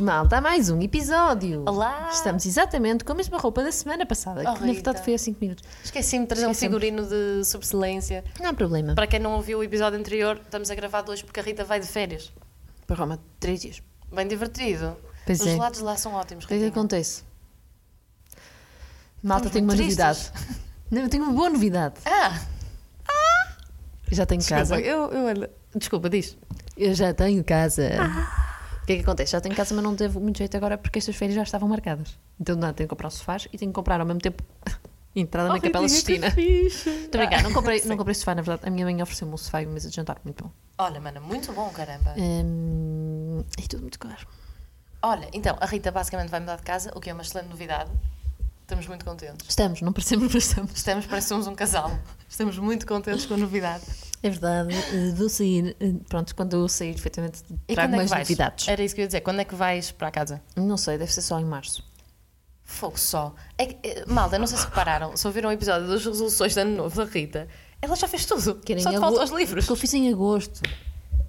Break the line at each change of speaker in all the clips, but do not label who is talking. malta, a mais um episódio.
Olá!
Estamos exatamente com a mesma roupa da semana passada,
Oh,
que na verdade
Rita.
foi há 5 minutos.
Esqueci-me de trazer um
Esquecemos.
figurino de sobressalência.
Não há problema.
Para quem não ouviu o episódio anterior, estamos a gravar hoje porque a Rita vai de férias.
Para Roma, 3 dias.
Bem divertido.
Pois
Os
é.
gelados lá são ótimos,
O que é que
Ritinha.
acontece? Malta,
Estamos
tenho uma
tristes.
novidade. Não, eu tenho uma boa novidade.
Ah!
Eu já tenho
Desculpa,
casa. é
eu, eu olho. Desculpa, diz.
Eu já tenho casa.
Ah.
O que é que acontece? Já tenho casa, mas não teve muito jeito agora porque estas férias já estavam marcadas. Então, não, tenho que comprar sofás e tenho que comprar ao mesmo tempo entrada na Capela Sistina. Estou a brincar, não comprei, não comprei sofá, na verdade. A minha mãe ofereceu-me um sofá e uma mesa de jantar muito bom.
Olha, mana, muito bom, caramba.
É. Hum, e tudo muito caro.
Olha, então, a Rita basicamente vai mudar de casa, o que é uma excelente novidade. Estamos muito contentes.
Estamos, não parecemos, mas estamos.
Estamos, parecemos um casal. Estamos muito contentes com a novidade.
É verdade, eh, vou sair. eh, Pronto, quando eu sair, efetivamente, trago
E quando é que
mais
vais?
novidades.
Era isso que eu ia dizer. Quando é que vais para a casa?
Eh, Não sei, deve ser só em março.
Fogo só. É, que, é, malda, não sei se repararam, se ouviram o episódio das resoluções de ano novo da Rita, ela já fez tudo.
Que era em
só te
ago-
faltam os livros.
Que eu fiz em agosto.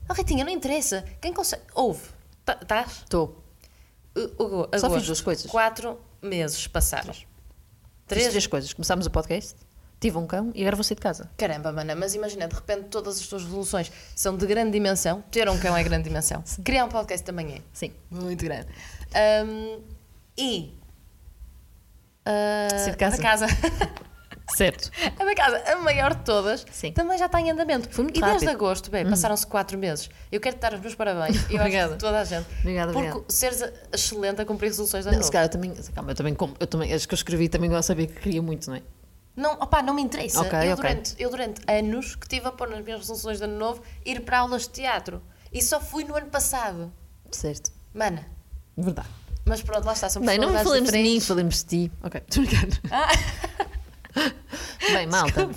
A Ritinha, não interessa. Quem consegue. Ouve. Tá- Estás?
Estou.
Uh, Hugo,
Só
agosto.
fiz duas coisas.
Quatro meses passaram.
Três.
Três.
três coisas. Começámos o podcast, tive um cão e agora vou sair de casa.
Caramba, mana, mas imagina, de repente todas as tuas resoluções são de grande dimensão. Ter um cão é grande dimensão. Criar um podcast também é.
Sim.
Muito grande. Ahm, e. ah,
Sair de casa.
Da casa.
Certo.
A da casa, a maior de todas,
Sim.
também já está em andamento.
Foi muito
e desde
rápido. Hum.
agosto, bem, passaram-se quatro meses. Eu quero te dar os meus parabéns. Eu acho
Obrigada.
que toda a gente.
Obrigada,
Porque
obrigada.
seres a- excelente a cumprir resoluções da
Não, se
novo.
calhar eu também. Calma, eu também, como- eu também. As que eu escrevi também eu sabia que queria muito, não é?
Não, opá, não me interessa.
Ok,
eu,
ok.
Durante, eu durante anos que estive a pôr nas minhas resoluções de ano novo ir para aulas de teatro. E só fui no ano passado.
Certo.
Mana,
Verdade.
mas pronto, lá está. São
Bem, não falemos
personalidades
de mim, falemos de ti. Ah. Ok, estou brincando. Bem, malta.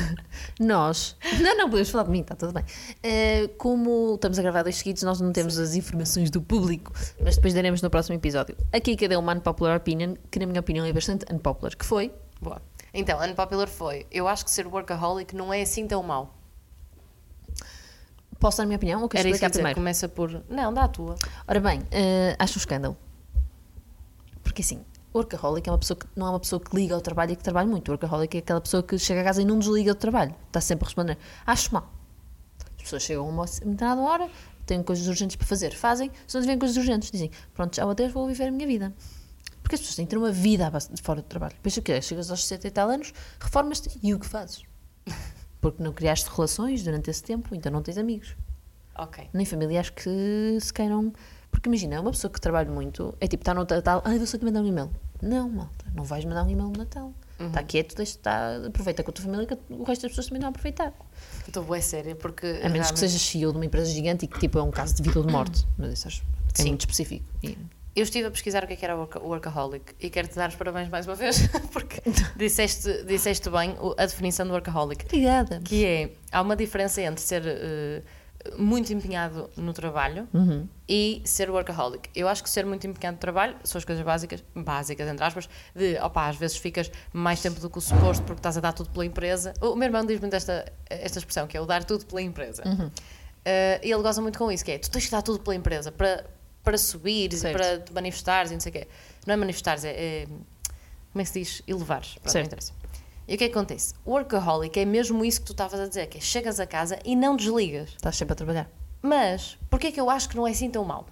Nós. Não, não podemos falar de mim, está tudo bem. Eh, como estamos a gravar dois seguidos, nós não temos as informações do público, mas depois daremos no próximo episódio. Aqui cada uma unpopular opinion, que na minha opinião é bastante unpopular, que foi.
Boa. Então, Unpopular foi. Eu acho que ser workaholic não é assim tão mau.
Posso dar a minha opinião ou queres
Era isso que eu
explicar
ia dizer.
primeiro?
Começa por. Não, dá a tua.
Ora bem, eh, acho um escândalo. Porque assim, workaholic é uma pessoa que não é uma pessoa que liga ao trabalho e que trabalha muito. Workaholic é aquela pessoa que chega a casa e não desliga do trabalho. Está sempre a responder. Acho mal. As pessoas chegam a uma determinada hora, têm coisas urgentes para fazer, fazem. Se não tiverem coisas urgentes, dizem, pronto, já adeus, vou viver a minha vida. Porque as pessoas têm que ter uma vida à base de fora do trabalho. Depois o que é? Chegas aos 60 e tal anos, reformas-te e o que fazes? Porque não criaste relações durante esse tempo, então não tens amigos
Ok.
nem familiares que se queiram. Porque imagina, uma pessoa que trabalha muito é tipo, está no Natal, ai, vou só te mandar um e-mail. Não, malta, não vais mandar um e-mail no Natal.
Uhum.
Está quieto, deixa, tá, aproveita com a tua família que o resto das pessoas também não aproveitar.
Eu Estou boa séria, porque.
A menos que sejas CEO de uma empresa gigante e que tipo é um caso de vida ou de morte. Mas isso acho que é
Uhum. Sim.
muito específico. E-
Eu estive a pesquisar o que é que era worka- workaholic e quero-te dar os parabéns mais uma vez, porque
Então.
disseste, disseste bem o- a definição de workaholic,
Obrigada.
que é: há uma diferença entre ser eh, muito empenhado no trabalho
Uhum.
e ser workaholic. Eu acho que ser muito empenhado no trabalho são as coisas básicas, básicas, entre aspas, de opá, às vezes ficas mais tempo do que o suposto porque estás a dar tudo pela empresa. O meu irmão diz muito esta, esta expressão, que é o dar tudo pela empresa.
Uhum.
Eh, e ele goza muito com isso, que é tu tens que dar tudo pela empresa para, para subir,
Certo.
para te manifestares e não sei o quê. Não é manifestares, é, é- como é que se diz? Elevares. Pronto, não
Certo.
interessa. E o que é que acontece? O workaholic é mesmo isso que tu estavas a dizer, que é chegas a casa e não desligas.
Estás sempre a trabalhar.
Mas porquê é que eu acho que não é assim tão mau?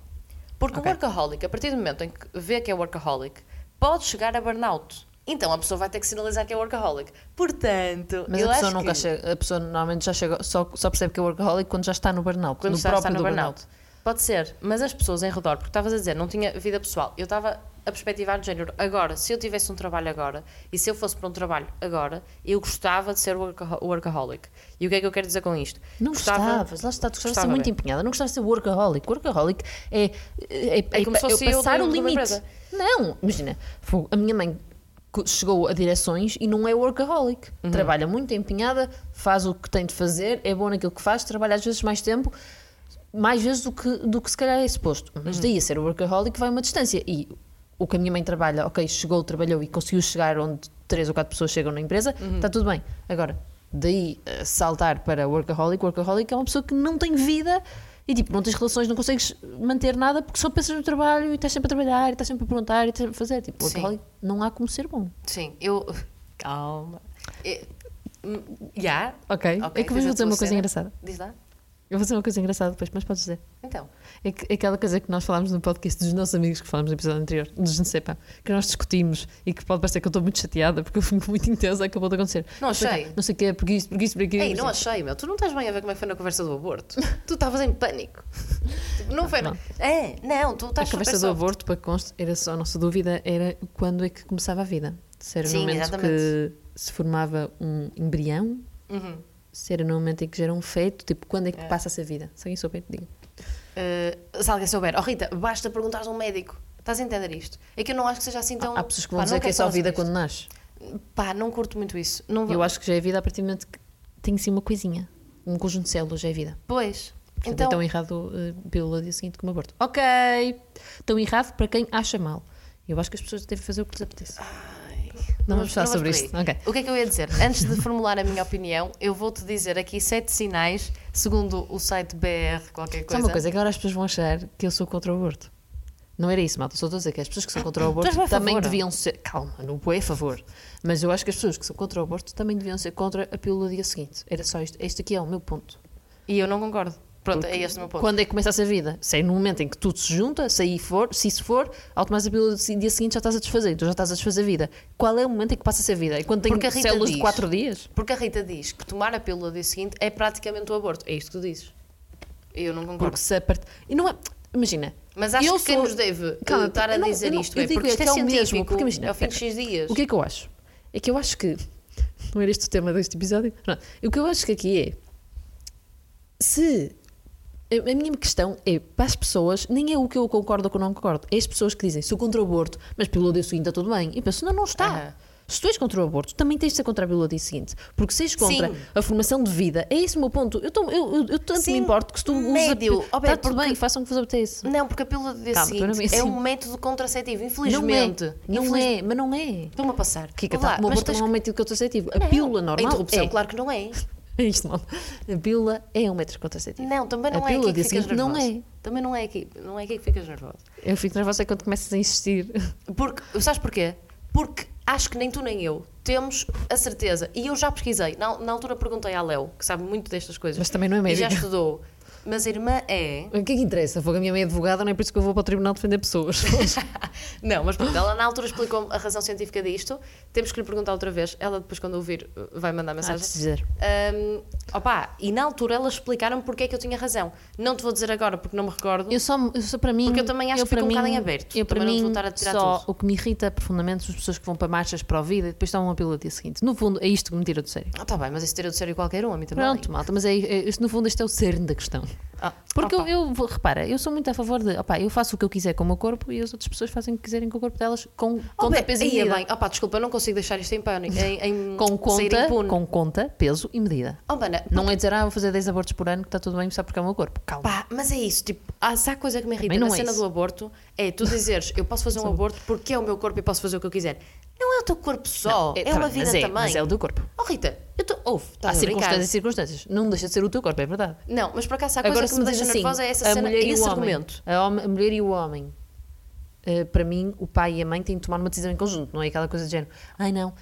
Porque
Ok.
o workaholic, a partir do momento em que vê que é workaholic, pode chegar a burnout. Então a pessoa vai ter que sinalizar que é workaholic. Portanto,
Mas
eu
a pessoa
acho
nunca
que
chega, a pessoa normalmente já chega, só, só percebe que é workaholic quando já está no burnout.
quando
no
está,
próprio
está
do
no burnout. Pode ser, mas as pessoas em redor, porque estavas a dizer, não tinha vida pessoal. Eu estava a perspectivar de género. Agora, se eu tivesse um trabalho agora e se eu fosse para um trabalho agora, eu gostava de ser workaho- workaholic. E o que é que eu quero dizer com isto?
Não gostavas, lá está, tu gostavas de ser muito
bem.
empenhada, não gostavas de ser workaholic. Workaholic é, é, é,
É como se fosse
é
eu
passar
da-
o
da
limite.
empresa.
Não, imagina, fogo, a minha mãe co- chegou a direções e não é workaholic.
Uhum.
Trabalha muito, é empenhada, faz o que tem de fazer, é boa naquilo que faz, trabalha às vezes mais tempo, mais vezes do que, do que se calhar é suposto. Mas daí a ser workaholic vai uma distância. E o que a minha mãe trabalha, ok, chegou, trabalhou e conseguiu chegar onde três ou quatro pessoas chegam na empresa, está tudo bem. Agora, daí eh, saltar para workaholic, workaholic é uma pessoa que não tem vida E tipo, não tens relações, não consegues manter nada porque só pensas no trabalho e estás sempre a trabalhar e estás sempre a perguntar e estás sempre a fazer. Tipo,
Sim.
workaholic não há como ser bom.
Sim, eu. Calma. Eu- Já?
Ok?
Ok,
é que eu
tens
vou
a
dizer
tua
uma coisa
cena?
engraçada.
Diz lá.
Eu vou dizer uma coisa engraçada depois, mas podes dizer.
Então.
É que- aquela coisa que nós falámos no podcast dos nossos amigos que falámos no episódio anterior, dos não sei pá, que nós discutimos e que pode parecer que eu estou muito chateada porque eu fui muito intensa, acabou de acontecer.
Não
Depois,
achei.
ah, Não sei o que é, porque isto, porque isto, porque
Ei,
isto.
não achei, meu. Tu não estás bem a ver como é que foi na conversa do aborto. tu estavas em pânico. Tipo, Não foi.
Não.
É, não, tu
A
estás
cabeça
super
do
soft.
aborto, para que conste, era só a nossa dúvida, era quando é que começava a vida. Se era no
Sim,
momento
exatamente.
que se formava um embrião,
Uhum.
se era no momento em que já era um feto, tipo, quando é que
É.
passa essa vida? Se alguém souber, diga.
Uh, se alguém souber, oh Rita, basta perguntar a um médico. Estás a entender isto? É que eu não acho que seja assim tão.
Há pessoas que vão
Pá,
dizer
não
que é
quero
só
falar
vida
sobre
quando nasce.
isto. Pá, não curto muito isso. Não
Eu acho que já é vida a partir do momento que tem assim uma coisinha. Um conjunto de células já é vida.
Pois.
Portanto,
Então,
é tão errado uh, pelo dia seguinte como aborto. Ok! Tão errado para quem acha mal. Eu acho que as pessoas devem fazer o que lhes apetece. não vamos falar sobre
por aí.
isto. Ok.
O que é que eu ia dizer? Antes de formular a minha opinião, eu vou-te dizer aqui sete sinais, segundo o site BR, qualquer
Só
coisa.
uma coisa, é que agora as pessoas vão achar que eu sou contra o aborto. Não era isso, malta. Só estou a dizer que as pessoas que são contra o aborto
és bem a
também
favor.
deviam ser. Calma, não vou é a favor. Mas eu acho que as pessoas que são contra o aborto também deviam ser contra a pílula do dia seguinte. Era só isto. Este aqui é o meu ponto.
E eu não concordo. Pronto, é este o meu ponto.
Quando é que começa a ser vida? Se é no momento em que tudo se junta, se aí for, se isso for, automaticamente no dia seguinte já estás a desfazer, tu já estás a desfazer a vida. Qual é o momento em que passa a ser vida? É quando tem
Porque a Rita
células de
diz-
4 dias?
Porque a Rita diz que tomar a pílula do dia seguinte é praticamente o aborto. É isto que tu dizes. E eu não concordo.
Porque se a part... E não é... Imagina,
Mas acho
eu
que quem
sou-
nos deve eh,
Calma,
estar a
eu não-
dizer
eu não-
isto
eu
é
digo
porque isto é,
que é o mesmo,
científico,
porque imagina,
é o fim de
espera.
X dias.
O que é que eu acho? É que eu acho que. Não era este o tema deste episódio? Não. O que eu acho que aqui é. Se. A a minha questão é para as pessoas, nem é o que eu concordo ou que eu não concordo, é as pessoas que dizem sou contra o aborto, mas pelo dia seguinte está tudo bem. E eu penso, não, não está.
Aham.
Se tu és contra o aborto, também tens de ser contra a pílula do dia seguinte. Porque se és contra
Sim.
a formação de vida, é esse o meu ponto. Eu, tô- eu- eu- eu tanto
Sim,
me importo que se tu usas. a
médio.
pílula-
Ó, Beto,
Está tudo
porque-
bem, façam o que vos apetece.
Não, porque a pílula do dia
Calma, tu não
seguinte
é
é
assim.
um método contraceptivo,
Não é,
infelizmente.
não
Infeliz-
é, mas não é.
Estou-me a passar.
Kika,
Vá
tá,
lá,
o meu
mas
aborto
tens
não é um método contraceptivo. A pílula
Não,
normal
A interrupção,
é.
claro que não é.
É isto, malta. A pílula é um método contraceptivo.
Não, também não
A
é
pílula
aqui que
do
ficas
seguinte
nervosa.
não é.
Também não é aqui, não é aqui que ficas nervosa.
Eu fico nervosa quando começas a insistir.
Porque, sabes porquê? Porque acho que nem tu nem eu temos a certeza. E eu já pesquisei. Na, na altura perguntei à Léo, que sabe muito destas coisas.
Mas também não é
E já
médica.
estudou. Mas a irmã é.
O que é que interessa? Fogo, a minha mãe é advogada, não é por isso que eu vou para o tribunal defender pessoas.
não, mas pronto, ela na altura explicou a razão científica disto. Temos que lhe perguntar outra vez. Ela depois, quando ouvir, vai mandar
Sabes
mensagem.
dizer.
Ahm, opa, e na altura elas explicaram porque é que eu tinha razão. Não te vou dizer agora porque não me recordo.
Eu só, eu só para mim.
Porque eu também acho que
para
fica um
mim-
bocado em aberto.
Eu para
Também não
mim,
te vou estar a tirar
só
tudo.
o que me irrita é profundamente são as pessoas que vão para marchas para o vida e depois tomam uma pílula do dia seguinte. No fundo, é isto que me tira do sério.
Ah, tá bem, mas isso teria de sério qualquer um, a mim também.
Pronto, malta, mas é, é- isto, no fundo este é o cerne da questão.
Ah,
Porque
opa.
eu, eu vou- repara, eu sou muito a favor de opá, eu faço o que eu quiser com o meu corpo e as outras pessoas fazem o que quiserem com o corpo delas com,
Oh,
conta,
bem,
peso e
ia
medida.
bem. Opa, desculpa, eu não consigo deixar isto em pânico. Em, em
Com
sair
conta,
impune.
com conta, peso e medida.
Oh, mana,
Não é dizer, ah, vou fazer 10 abortos por ano que está tudo bem só porque é o meu corpo. Calma.
pá, mas é isso. Tipo, há, se há coisa que me irrita
Mas não
na
é
cena
isso.
do aborto é tu dizeres eu posso fazer um aborto porque é o meu corpo e posso fazer o que eu quiser. Não é o teu corpo só, é,
tá
uma
bem,
vida
mas é,
também.
Mas é o do corpo.
Oh, Rita, eu tô... Ouve,
Há
estás a brincar.
circunstâncias e circunstâncias. Não deixa de ser o teu corpo, é verdade.
Não, mas por acaso há coisa
Agora
que
se
me
me diz
deixa
assim,
nervosa é essa
a
cena
mulher
e
e
esse
o homem.
argumento.
A, hom- a mulher e o homem. eh, para mim, o pai e a mãe têm de tomar uma decisão em conjunto, não é aquela coisa de género. Ai não,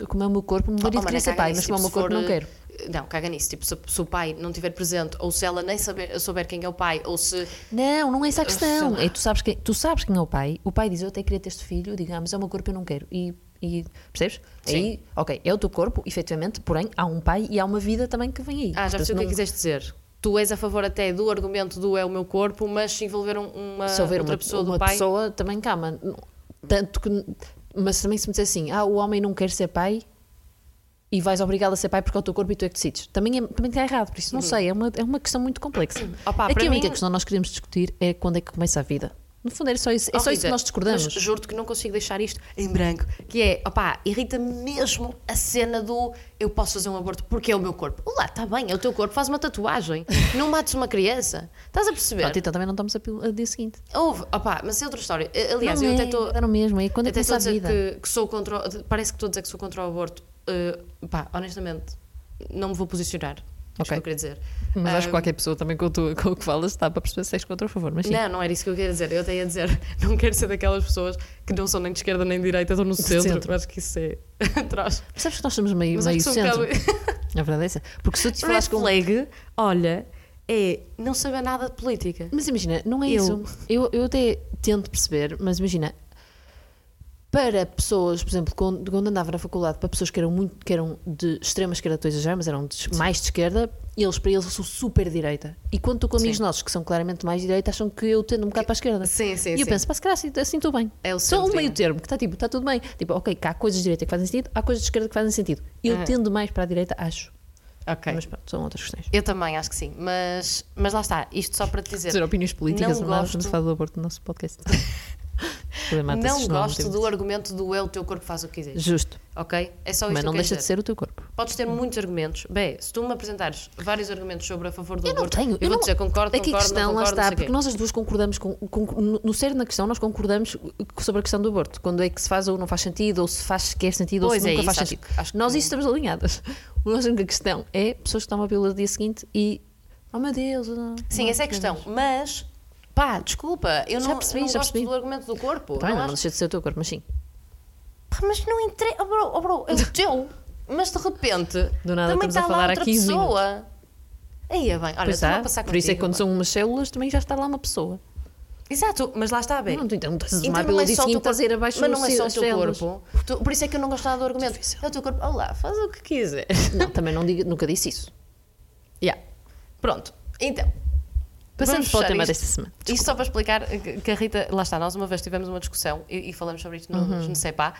eu como é o meu corpo, o meu marido
Oh,
queria
mana,
ser
caga
pai,
nisso,
mas como é o meu
tipo,
corpo,
se
não quero.
for, eh, Não, caga nisso. Tipo, se, se o pai não estiver presente, ou se ela nem saber, souber quem é o pai, ou se.
Não, não é essa a questão.
lá.
É, tu, sabes quem, tu sabes quem é o pai. O pai diz: Eu até queria ter este filho. Eu digo: Ah, mas é o meu corpo, eu não quero. E, e- percebes?
Sim.
Aí, ok, é o teu corpo, efetivamente, porém há um pai e há uma vida também que vem aí.
Ah,
Portanto,
já percebi o que é
não-
que quiseste dizer. Tu és a favor até do argumento do é o meu corpo, mas se envolver um- uma
Se houver
outra
uma,
pessoa
uma
do pai.
pessoa, também calma. Não- Tanto que. Mas também se me disser assim: Ah, o homem não quer ser pai. E vais obrigá-lo a ser pai porque é o teu corpo e tu é que decides. Também, é, também está errado, por isso não sei, é uma, é uma questão muito complexa.
Uhum. Opa,
Aqui
para
a única
mim-
questão que nós queremos discutir é quando é que começa a vida. No fundo, é só isso, é
Oh,
só isso
Rita,
que nós discordamos.
Mas juro-te que não consigo deixar isto em branco. Que é, opá, irrita-me mesmo a cena do eu posso fazer um aborto porque é o meu corpo. Olá, está bem, é o teu corpo, faz uma tatuagem. não mates uma criança. Estás a perceber?
Pronto, então também não estamos a pílula a dia seguinte.
Houve, opá, mas é outra história. Eh, Aliás,
não
eu
é,
até estou.
era o mesmo, é quando é que
Até estou
começa
a
a
dizer
vida.
que, que sou contra. o- Parece que estou a dizer que sou contra o aborto. Eh, pá, honestamente, não me vou posicionar. Isto
Ok.
que eu queria dizer.
Mas acho
Ah,
que qualquer pessoa também com, a tua- com o que falas está para perceber se és contra ou a favor. Mas sim.
Não, não era isso que eu queria dizer. Eu tenho a dizer, não quero ser daquelas pessoas que não são nem de esquerda nem de direita, estão no centro.
centro.
Acho que isso é atrás.
Percebes que nós somos meio,
Mas
meio
acho que sou um
centro?
bocado.
Na verdade é essa. Porque se eu te
Red
falasse com.
flag, olha, é não saber nada de política.
Mas imagina, não é
Eu.
isso. Eu, eu até tento perceber, mas imagina, para pessoas, por exemplo, quando, quando andava na faculdade, para pessoas que eram muito que eram de extrema esquerda, estou a exagerar, mas eram de- mais de esquerda, eles para eles eu sou super direita. E quando estou com amigos
Sim.
nossos que são claramente mais direita, acham que eu tendo um bocado para a esquerda.
Sim, sim,
e eu
sim.
penso, pá, se calhar assim, assim estou bem.
É o
Só um
centrinho.
meio termo, que está tipo, está tudo bem. Tipo, ok, cá há coisas de direita que fazem sentido, há coisas de esquerda que fazem sentido. Eu
Aham.
tendo mais para a direita, acho.
Ah. Ok.
Mas pronto, são outras questões.
Eu também acho que sim, mas, mas lá está, isto só para te dizer.
dizer opiniões políticas,
não
não, é? não
gosto-
estamos a falar do aborto no nosso podcast.
Não
é um
gosto do argumento do eu, o teu corpo faz o que quiseres.
Justo,
Ok? É só isto
mas
que
não
eu quero
deixa de
dizer.
ser o teu corpo.
Podes ter muitos argumentos. Bem, se tu me apresentares vários argumentos sobre a favor do
Eu não
aborto,
tenho.
eu, vou
não...
dizer concordo,
Aqui
concordo,
a questão,
não
lá está,
concordo, não sei o
porque
quê.
nós as duas concordamos com, com- no- no cerne da questão, nós concordamos sobre a questão do aborto. Quando é que se faz ou não faz sentido, ou se faz sequer sentido, ou
Pois
se
é,
nunca
isso,
faz
acho
sentido.
que- acho que
nós
não.
isso estamos alinhadas. A nossa única questão é pessoas que tomam a pílula do dia seguinte e. Oh meu Deus, eu não-
Sim,
não
essa é a
quero
questão. Mas, pá, desculpa, eu
Já
não,
percebi,
eu não
já
gosto
percebi.
do argumento do corpo.
mais." Tá bem,
não
não
acho-
deixa de ser o teu corpo, mas sim.
Pá, mas não entrei. Oh, bro, oh, bro, é o teu. Mas de repente,
Do nada estamos
também está
a
lá
falar há
outra
15 minutos.
pessoa. Aí é bem, olha,
Pois
estou
há,
a passar
por isso é que
contigo,
quando
pá.
são umas células também já está lá uma pessoa.
Exato, mas lá está bem.
Não, então não estás a
Então
tomar
não
pílula
é
do dia
só o
seguinte
teu
estás a ir
corpo-
abaixo
Mas
das
não é só o
células.
teu corpo. Tu- por isso é que eu não gosto nada do argumento.
Difícil.
É o teu corpo. Olá, faz o que quiser.
Não, também não digo, nunca disse isso.
Yeah. Pronto, então.
Passando
vamos
para o
fechar
tema
isto.
desta semana.
Isto só para explicar que que a Rita, lá está, nós uma vez tivemos uma discussão e, e falamos sobre isto no,
Uhum.
no CEPA.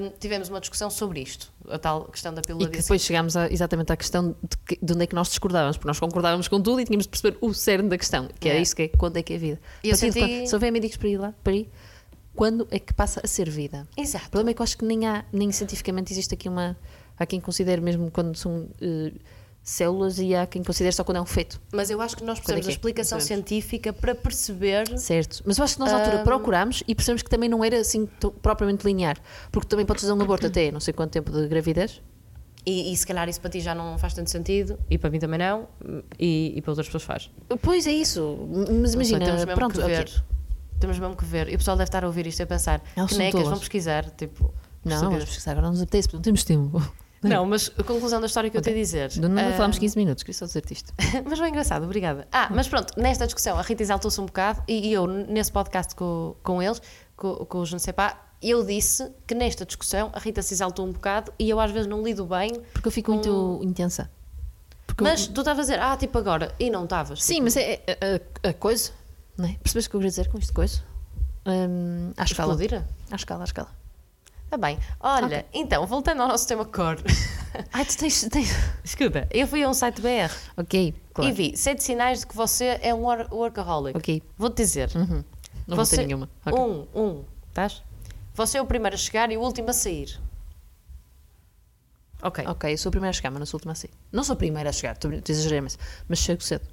hum, tivemos uma discussão sobre isto, a tal questão da pílula
E que
de
depois chegámos à- exatamente à questão de, que- de onde é que nós discordávamos, porque nós concordávamos com tudo e tínhamos de perceber o cerne da questão, que era
É.
isso que é quando é que é vida.
E eu
A partir de
senti-
quando- se houver médicos para ir lá, para ir, quando é que passa a ser vida? O
Exato.
problema é que eu acho que nem há, nem cientificamente existe aqui uma. Há quem considere mesmo quando são eh, células e há quem considere só quando é um feto.
Mas eu acho que nós precisamos
Quando é que
da
é?
explicação
Não sabemos.
científica para perceber.
Certo. Mas eu acho que nós na altura
Ahm.
procurámos e percebemos que também não era assim tão- propriamente linear. Porque também podes fazer um aborto até não sei quanto tempo de gravidez.
E, e se calhar isso para ti já não faz tanto sentido, e para mim também não, e, e para outras pessoas faz.
Pois é isso. Mas
Não sei,
imagina,
temos mesmo
pronto,
que
ok.
ver. Temos mesmo que ver. E o pessoal deve estar a ouvir isto e a pensar
Elas
que
são
nem é que eles vão
tolas."
pesquisar. Tipo,
Não, não vamos
estúpidas.
pesquisar, agora não nos apetece, porque não temos tempo.
não, mas a conclusão da história que
Ok.
eu tenho a dizer.
Do nada
ah,
falámos 15 minutos, queria só dizer-te isto.
mas foi engraçado, obrigada. Ah, mas pronto, nesta discussão a Rita exaltou-se um bocado e e eu, nesse podcast com, com eles, com, com os não sei pá, eu disse que nesta discussão a Rita se exaltou um bocado e eu às vezes não lido bem.
Porque eu fico
com-
muito intensa. Porque eu-
Mas tu estavas a dizer, ah, tipo agora, e não estavas. Tipo,
Sim, mas é, é- é- a, a coisa, não é? Percebes o que eu queria dizer com isto? Coisa? Hum, à escala.
Explodir?
À escala, à escala.
Está bem. Olha, então, voltando ao nosso tema cor.
Ai, tu tens. tens...
Escuta, eu fui a um site BR
Ok,
e
claro.
vi sete sinais de que você é um wor- workaholic.
Ok.
Vou-te dizer.
Uhum. Não vou
você...
ter nenhuma. Ok.
Um, um. Estás? Você é o primeiro a chegar e o último a sair. Ok.
Ok, eu sou a primeira a chegar, mas não sou a última a sair. Não sou a primeira a chegar, tu, tu exageras, mas chego cedo.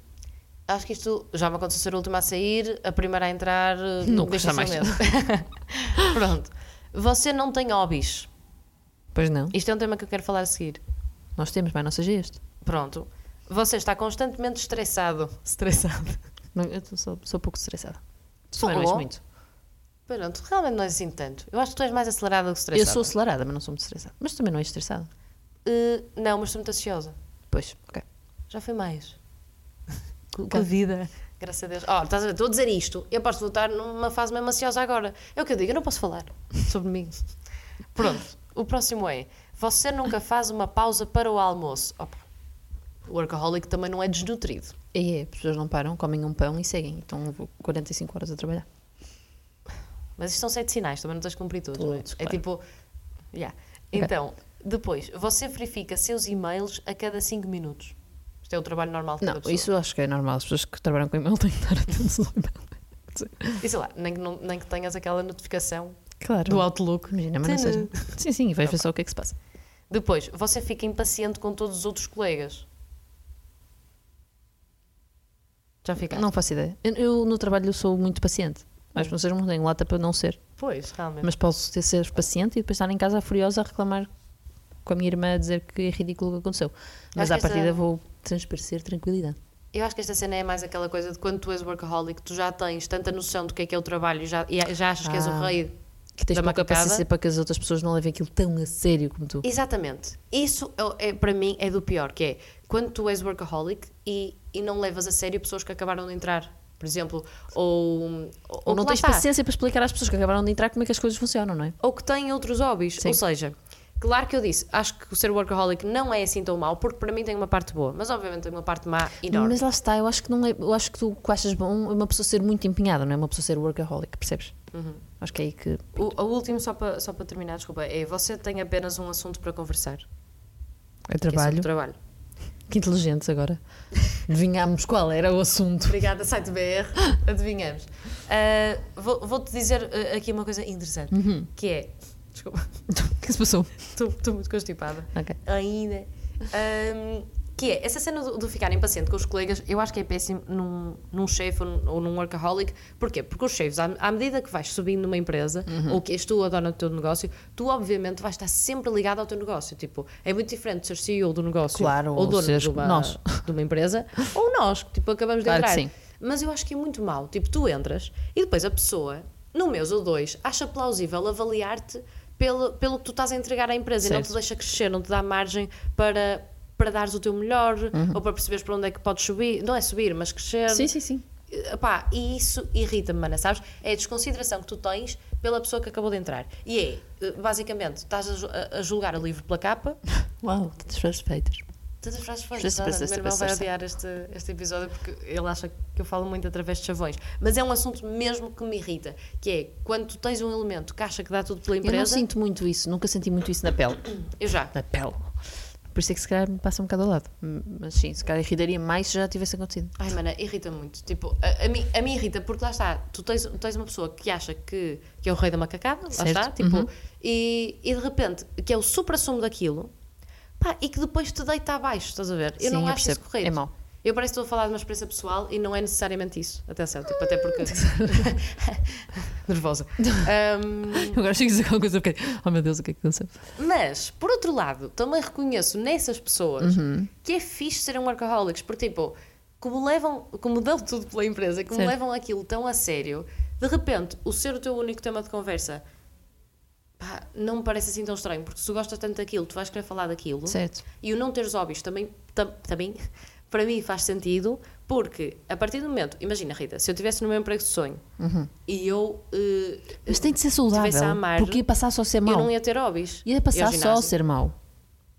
Acho que isto já me aconteceu ser a última a sair, a primeira a entrar. eh,
Nunca, jamais.
dificilmente. Pronto. Você não tem hobbies.
Pois não.
Isto é um tema que eu quero falar a seguir.
Nós temos, mas não seja este.
Pronto. Você está constantemente estressado. Estressado.
Não, eu tô- sou, sou pouco estressada. Tu também não és
Oh.
muito.
Pronto, realmente não é assim tanto. Eu acho que tu és mais acelerada do que
Eu
estressada.
sou acelerada, mas não sou muito estressada. Mas também não és estressada.
Eh, não, mas sou muito ansiosa.
Pois, ok.
Já foi mais.
Com
a vida. Graças a Deus. Ó, estás a ver, estou a dizer isto. Eu posso voltar numa fase mesmo ansiosa agora. É o que eu digo, eu não posso falar sobre mim. Pronto, o próximo é: você nunca faz uma pausa para o almoço. Opa, o workaholic também não é desnutrido.
E é, as pessoas não param, comem um pão e seguem. Então eu vou 45 horas a trabalhar.
Mas isto são sete sinais, também não tens de cumprir todos. não é?
Todos,
É
claro.
tipo. Yeah. Então, depois, você verifica seus e-mails a cada cinco minutos. Isto é o trabalho normal de cada
Não,
pessoa.
isso eu acho que é normal. As pessoas que trabalham com e-mail têm que estar atentas ao e-mail.
E sei lá, nem que, não- nem que tenhas aquela notificação
Claro.
do Outlook.
Imagina, mas não seja. Sim, sim,
Tá
vais ver só o que é que se passa.
Depois, você fica impaciente com todos os outros colegas. Já fica? Hum.
Não faço ideia. Eu, eu no trabalho sou muito paciente. Mas vocês não têm lata para não ser.
Pois, realmente.
Mas posso ter ser paciente e depois estar em casa furiosa a reclamar com a minha irmã a dizer que é ridículo o que aconteceu. Mas
que
à
esta-
partida vou transparecer tranquilidade.
Eu acho que esta cena é mais aquela coisa de quando tu és workaholic, tu já tens tanta noção do que é que é o trabalho e já, e já achas que és o
Ah.
rei.
Que tens
Da
pouca
macacada?
paciência para que as outras pessoas não levem aquilo tão a sério como tu.
Exatamente. Isso é, é- para mim é do pior, que é quando tu és workaholic e, e não levas a sério pessoas que acabaram de entrar, por exemplo, ou, ou,
Ou não
que lá
tens
está,
paciência para explicar às pessoas que acabaram de entrar como é que as coisas funcionam, não é?
ou que têm outros hobbies.
Sim.
Ou seja, claro que eu disse, acho que o ser workaholic não é assim tão mau, porque para mim tem uma parte boa, mas obviamente tem uma parte má enorme.
Mas lá está, eu acho que não é, eu acho que tu o que achas bom é uma pessoa ser muito empenhada, não é uma pessoa ser workaholic, percebes?
Uhum.
Acho que é aí que
O, o último, só para, só para terminar, desculpa, é você tem apenas um assunto para conversar. que
é
é sobre
trabalho.
trabalho.
Que inteligentes agora. Adivinhámos qual era o assunto.
Obrigada, site BR. Adivinhamos. Ah, vou- Vou-te dizer ah, aqui uma coisa interessante,
Uhum.
que é... Desculpa,
O que se passou?
estou estou muito constipada.
Ok.
Ainda. Ahm, que é, essa cena do, do ficar impaciente com os colegas, eu acho que é péssimo num, num chefe ou num- ou num workaholic. Porquê? Porque os chefes, à, à medida que vais subindo numa empresa,
Uhum.
ou que és tu a dona do teu negócio, tu obviamente vais estar sempre ligado ao teu negócio. Tipo, é muito diferente ser CEO do negócio
Claro,
ou
ou
dono
seres
de, uma,
nós.
de uma empresa, ou nós, que tipo, acabamos de
Claro que
entrar.
sim.
Mas eu acho que é muito mal. Tipo, tu entras e depois a pessoa, num mês ou dois, acha plausível avaliar-te pelo, pelo que tu estás a entregar à empresa e não
Certo.
te deixa crescer, não te dá margem para, para dares o teu melhor ou para perceberes para onde é que podes subir. Não é subir, mas crescer.
Uhum. Sim, sim, sim.
Epá, e isso irrita-me, mana, sabes? É a desconsideração que tu tens pela pessoa que acabou de entrar. E é, eh, basicamente, estás a ju- a, a julgar o livro pela capa.
Uau, tantas frases feitas.
Tantas frases feitas.
Parece-
nada,
parece-
meu irmão vai
parece-
odiar este, este episódio porque ele acha que eu falo muito através de chavões. Mas é um assunto mesmo que me irrita, que é quando tu tens um elemento que acha que dá tudo pela
Eu não
empresa, eu,
sinto muito isso, nunca senti muito isso na pele.
já.
Na pele. Por isso é que se calhar me passa um bocado ao lado. M- Mas sim, se calhar irritaria mais se já tivesse acontecido.
Ai, mana, irrita muito. Tipo, a, a mim, a mim irrita porque lá está, tu tens, tens uma pessoa que acha que, que é o rei da macacada, lá
Certo.
está, tipo,
Uhum.
e, e de repente, que é o supra-sumo daquilo, pá, e que depois te deita abaixo, estás a ver? Eu
Sim,
não
eu
acho isso
percebo.
correto.
É mau.
Eu parece que estou a falar de uma experiência pessoal e não é necessariamente isso. Atenção, tipo, até porque. Nervosa. Ahm,
Agora chega a dizer alguma coisa, porque. Oh meu Deus, o que é que aconteceu?
mas, por outro lado, também reconheço nessas pessoas
Uhum.
que é fixe serem workaholics, porque, tipo, como levam, como dão tudo pela empresa, como
Certo.
levam aquilo tão a sério, de repente, o ser o teu único tema de conversa. pá, não me parece assim tão estranho, porque se tu gostas tanto daquilo, tu vais querer falar daquilo.
Certo.
E o não teres hobbies também, tam- também para mim faz sentido, porque a partir do momento, imagina Rita, se eu estivesse no meu emprego de sonho
Uhum.
e eu, eh,
Mas tem de ser
Tivesse
saudável.
a amar,
porque ia passar só a ser
eu
mau.
não ia ter hobbies.
Ia
Eu
passar
ao
só a
ginásio.
ser mau.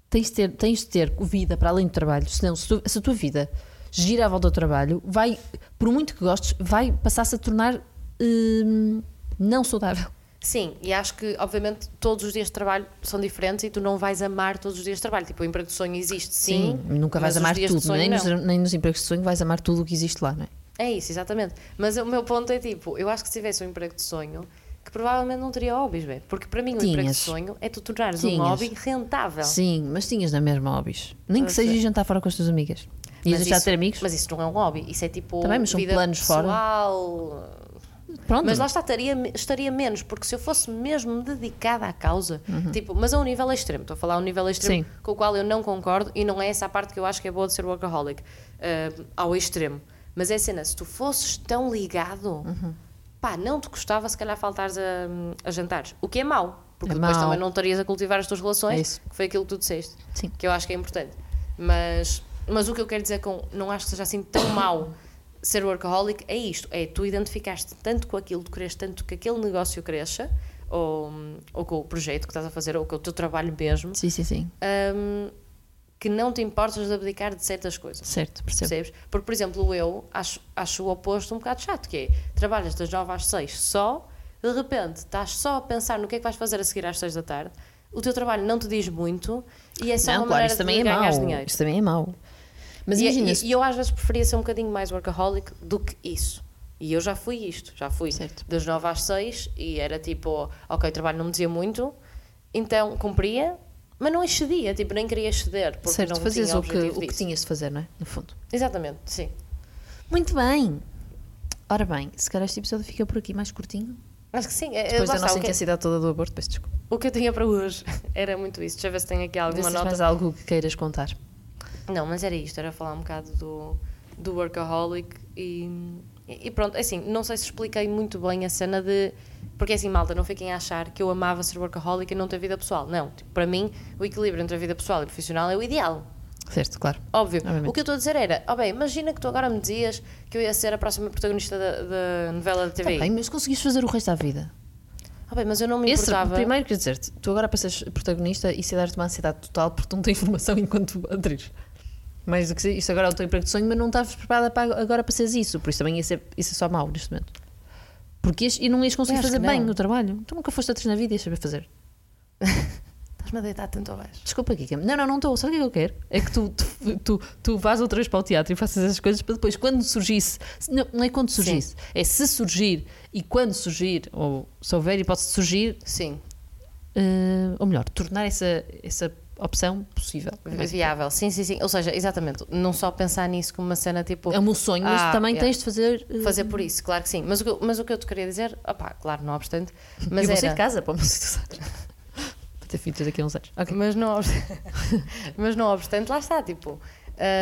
Tens de, ter, tens de ter vida para além do trabalho. Senão, se, tu, se a tua vida gira à volta do trabalho, vai, por muito que gostes, vai passar-se a tornar hum, não saudável.
Sim, e acho que, obviamente, todos os dias de trabalho são diferentes e tu não vais amar todos os dias de trabalho. Tipo, o emprego de sonho existe, sim.
nunca vais
mas os
amar
dias de
tudo. é?
sonho
nem,
não.
nos, nem nos empregos de sonho vais amar tudo o que existe lá, não é?
É isso, exatamente. Mas o meu ponto é tipo, eu acho que se tivesse um emprego de sonho, que provavelmente não teria hobbies, bem. Porque para mim o emprego de
Tinhas.
sonho é tu tornares um
Tinhas.
hobby rentável.
Sim, mas tinhas na mesma hobbies. Nem que
Eu
seja
sei.
ir jantar fora com as tuas amigas. Ias deixar
isso,
de ter amigos?
é. Mas isso não é um hobby, isso é tipo
Também, mas são
vida
planos fora.
pessoal.
Pronto.
Mas lá está, estaria, estaria menos, porque se eu fosse mesmo dedicada à causa, tipo, mas a um nível extremo, estou a falar a um nível extremo
Uhum. Sim.
com o qual eu não concordo e não é essa a parte que eu acho que é boa de ser workaholic, eh, ao extremo. Mas é a cena, se tu fosses tão ligado,
Uhum.
pá, não te custava se calhar faltares a, a jantares, o que é mau, porque
É
depois
mau.
também não estarias a cultivar as tuas relações,
É isso.
que foi aquilo que tu disseste,
Sim.
que eu acho que é importante. Mas, mas o que eu quero dizer com não acho que seja assim tão mau ser workaholic é isto: é tu identificaste tanto com aquilo, tu queres tanto que aquele negócio cresça, ou, ou com o projeto que estás a fazer, ou com o teu trabalho mesmo,
Sim, sim, sim.
hum, que não te importas de abdicar de certas coisas.
Certo, percebo.
Percebes? Porque, por exemplo, eu acho, acho o oposto um bocado chato, que é trabalhas das 9 às 6 só, de repente estás só a pensar no que é que vais fazer a seguir às 6 da tarde, o teu trabalho não te diz muito e é só
Não,
uma
claro,
maneira
isso também
de
é
ganhar
mau.
dinheiro.
Isso também é mau. Mas
E- é,
imagina,
e, e eu às vezes preferia ser um bocadinho mais workaholic do que isso. E eu já fui isto, já fui
Certo.
das 9 às 6 e era tipo, ok, o trabalho não me dizia muito, então cumpria, mas não excedia, tipo, nem queria exceder, porque
certo,
não
fazes
tinha
o que,
objetivo
o que
disso.
tinhas de fazer, não é? No fundo.
Exatamente, sim.
Muito bem. Ora bem, se calhar este episódio fica por aqui mais curtinho.
Acho que sim. é- é-
Depois da
lá está,
nossa
o, que,
intensidade toda do aborto, peço desculpa.
o que eu tinha para hoje era muito isso. Deixa eu ver se tenho aqui
Vê
alguma
se tens
nota.
mais algo que queiras contar.
Não, mas era isto, era falar um bocado do, do workaholic e, e pronto, assim, não sei se expliquei muito bem a cena de. Porque assim, malta, não fiquem a achar que eu amava ser workaholic e não ter vida pessoal. Não, tipo, para mim, o equilíbrio entre a vida pessoal e profissional é o ideal.
Certo, claro.
Óbvio.
Obviamente.
O que eu estou a dizer era, oh bem, imagina que tu agora me dizias que eu ia ser a próxima protagonista da, da novela da
Tá
TV.
bem, mas conseguiste fazer o resto da vida.
Oh bem, mas eu não me
Esse,
importava.
primeiro quer dizer-te, tu agora para seres protagonista, isso é dar-te uma ansiedade total porque tu não tens informação enquanto atriz. Mais do que isso, isto agora é o teu emprego de sonho, mas não estavas preparada para agora para seres isso, por isso também ia ser, isso é só mau neste momento. Porque ias, e não ias
Eu
conseguir
acho
fazer
que
bem
não.
o trabalho. Tu nunca foste atriz na vida e ias saber fazer.
Estás-me a deitar tanto abaixo.
Desculpa, Kika. Não, não, não estou. Sabe o que é que eu quero? É que tu, tu, tu, tu vás outra vez para o teatro e faças essas coisas para depois, quando surgisse. se- Não, não é quando surgisse, é se surgir e quando surgir, ou se houver hipótese de surgir,
Sim,
eh, ou melhor, tornar essa, essa opção possível.
É viável. Sim, sim, sim. Ou seja, exatamente, não só pensar nisso como uma cena tipo.
É um sonho, mas
Ah,
também
yeah.
tens de fazer. eh,
fazer por isso, claro que sim. Mas o que, eu- mas o que eu te queria dizer, opá, claro, não obstante, mas
eu vou sair
era.
de casa para uma situação. para ter filhos daqui a uns anos. Ok.
Mas não, obstante, mas não obstante, lá está, tipo.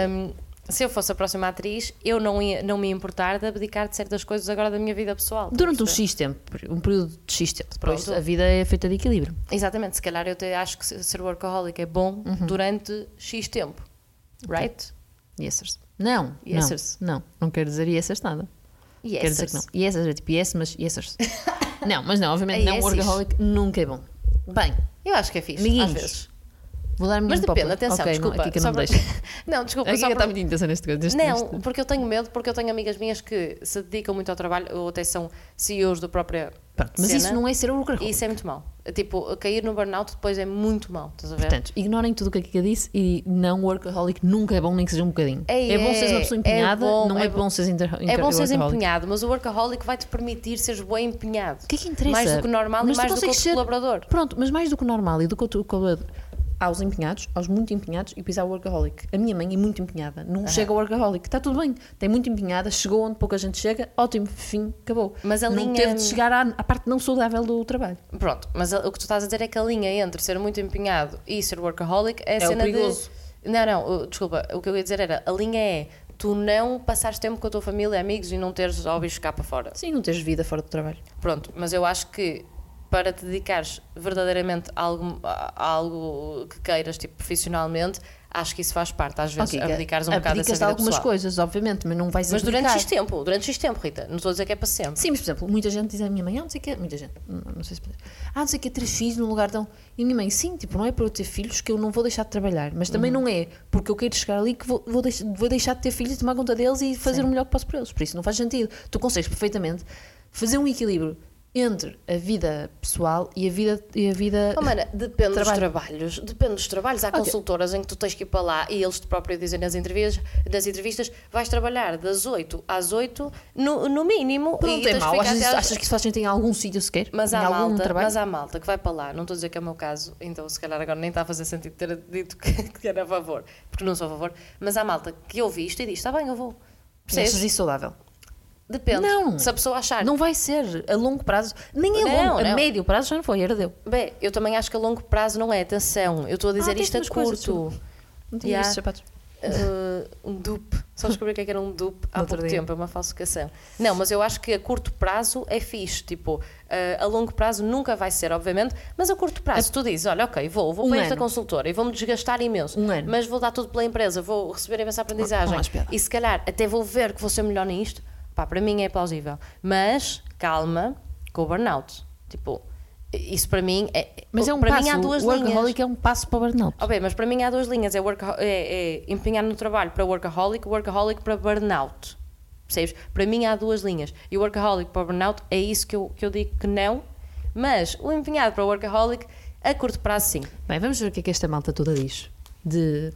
hum, se eu fosse a próxima atriz, eu não, ia, não me ia importar de abdicar de certas coisas agora da minha vida pessoal. estás a
Durante um
perceber?
X tempo, um período de X tempo, depois
Pronto.
a vida é feita de equilíbrio.
Exatamente, se calhar eu te, acho que se- ser workaholic é bom
Uhum.
durante X tempo. Right?
Yesers. Não,
Yesers.
não, não, não quero dizer yesers nada.
Yes.
Quer dizer que não. Yesers é tipo yes, mas yesers. não, mas não, obviamente
É
não. um
yeses.
Workaholic nunca é bom. Bem,
Eu acho que é fixe,
Amiguinhos.
às vezes.
vou dar a minha
Mas
pop-up.
depende, atenção,
Ok,
desculpa.
Não, aqui que eu não
só
me
para-
deixo.
não, desculpa,
Aqui
só
que está
para-
tá muito intensa neste coisa.
Não, porque eu tenho medo, porque eu tenho amigas minhas que se dedicam muito ao trabalho ou até são CEOs da própria.
mas
cena,
isso não é ser
E
workaholic.
isso é muito mau. Tipo, cair no burnout depois é muito mau, estás a ver?
Portanto, ignorem tudo o que a Kika disse e não workaholic nunca é bom, nem que seja um bocadinho.
Ei,
é bom
é,
seres uma pessoa
é
empenhada,
bom,
não
é
é,
bom.
bom seres inter...
é bom seres
workaholic.
empenhado, mas o workaholic vai te permitir seres bem empenhado.
O que é que interessa?
Mais do que o normal
Mas tu
e mais do que o
consegues ser-
colaborador.
Pronto, mas mais do que o normal e do que o colaborador. Há os empenhados, há os muito empenhados e depois há o workaholic. A minha mãe é muito empenhada, não chega ao workaholic. Está tudo bem, tem muito empenhada, chegou onde pouca gente chega, ótimo, fim, acabou.
Mas a
não
linha-
teve de chegar à, à parte não saudável do trabalho.
Pronto, mas a- o que tu estás a dizer é que a linha entre ser muito empenhado e ser workaholic é a
É o
cena
perigoso.
de. Não, não, o- desculpa, o que eu ia dizer era a linha é tu não passares tempo com a tua família e amigos e não teres hobbies cá para fora.
Sim, não teres vida fora do trabalho.
Pronto, mas eu acho que para te dedicares verdadeiramente a algo, a algo que queiras, tipo profissionalmente, acho que isso faz parte. Às vezes
Ok,
abdicares um bocado dessa
abdicas de
vida
algumas
pessoal.
coisas, obviamente, mas não vais
Mas durante
abdicar.
X tempo, durante X tempo, Rita, não estou a dizer que é para sempre.
Sim, mas por exemplo, muita gente diz à minha mãe, ah, não sei o que, muita gente, não, não sei se pode- ah, não sei o que, três filhos num lugar tão. E a minha mãe, sim, tipo, não é por eu ter filhos que eu não vou deixar de trabalhar, mas também
Uhum.
não é porque eu quero chegar ali que vou, vou, deix- vou deixar de ter filhos, tomar conta deles e fazer o melhor que posso por eles. Por isso não faz sentido. Tu consegues perfeitamente fazer um equilíbrio entre a vida pessoal e a vida. E a vida...
Oh, mana, depende dos
Trabalho.
trabalhos. Depende dos trabalhos. Há consultoras em que tu tens que ir para lá e eles te próprio dizem nas entrevistas, nas entrevistas vais trabalhar das 8 às 8 no, no mínimo.
Mas não
e
tem
tens de
mal,
ficar
achas,
até um às-
achas que isso faz sentido em algum sítio sequer?
Mas
em
há,
algum
malta,
trabalho?
mas há malta que vai para lá, não estou a dizer que é o meu caso, então se calhar agora nem está a fazer sentido ter dito que, que era a favor, porque não sou a favor, mas há malta que ouve isto e diz, está bem, eu vou.
E achas
Percebes?
isso saudável?
Depende.
Não.
Se a pessoa achar,
Não vai ser a longo prazo, nem a
Não,
longo, a
não.
médio prazo já não foi, herdeu.
bem, eu também acho que a longo prazo não é, atenção, eu estou a dizer
Ah, tens
isto a
duas coisas,
curto.
Não
tinha
tinha
visto
visto sapatos.
Uh, um dupe. Só descobri o que é que era um dupe há
No outro
pouco
dia.
tempo, é uma falsificação. Não, mas eu acho que a curto prazo é fixe. Tipo, uh, a longo prazo nunca vai ser, obviamente, mas a curto prazo tu dizes: olha, ok, vou, vou
Um
para esta
ano.
consultora e vou-me desgastar imenso,
Um ano.
mas vou dar tudo pela empresa, vou receber imensa aprendizagem
mais piada.
e se calhar até vou ver que vou ser melhor nisto. Pá, para mim é plausível. Mas calma com o burnout. Tipo, isso para mim é.
Mas é um
para
passo.
mim há duas
o
linhas.
workaholic é um passo para o burnout.
Ok, mas para mim há duas linhas: é, workaho- é- é empenhar no trabalho para workaholic, workaholic para burnout. Percebes? Para mim há duas linhas. E o workaholic para burnout é isso que eu, que eu digo que não, mas o empenhado para workaholic, a curto prazo, sim.
Bem, vamos ver o que é que esta malta toda diz de.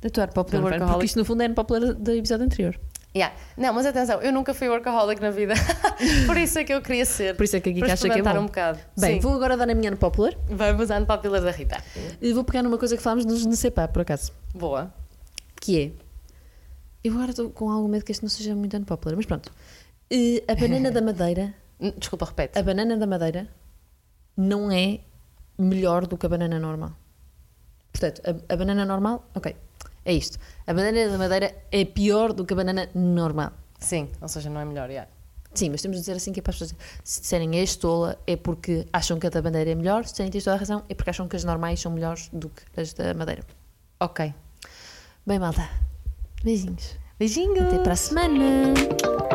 de atuar popular.
Do
Porque
workaholic.
isto no fundo era popular do episódio anterior.
Yeah. Não, mas atenção, eu nunca fui workaholic na vida. Por isso é que eu queria ser.
Por isso é que a Kika
Para
acha que é
experimentar
bom.
um bocado.
Bem,
sim.
vou agora dar a minha no popular
Vamos à popular da Rita.
e vou pegar numa coisa que falámos nos no CEPA, por acaso.
Boa.
Que é. Eu agora estou com algum medo que este não seja muito unpopular, mas pronto. Eh, a banana da madeira
N- Desculpa, repete.
A banana da madeira não é melhor do que a banana normal. Portanto, a, a banana normal, ok, é isto. A banana da madeira é pior do que a banana normal.
Sim, ou seja, não é melhor, yeah.
Sim, mas temos de dizer assim que é para as pessoas. Se disserem a estola é porque acham que a da bandeira é melhor, se têm toda a razão, é porque acham que as normais são melhores do que as da madeira.
Ok.
Bem, malta, beijinhos.
Beijinhos!
Até para a semana!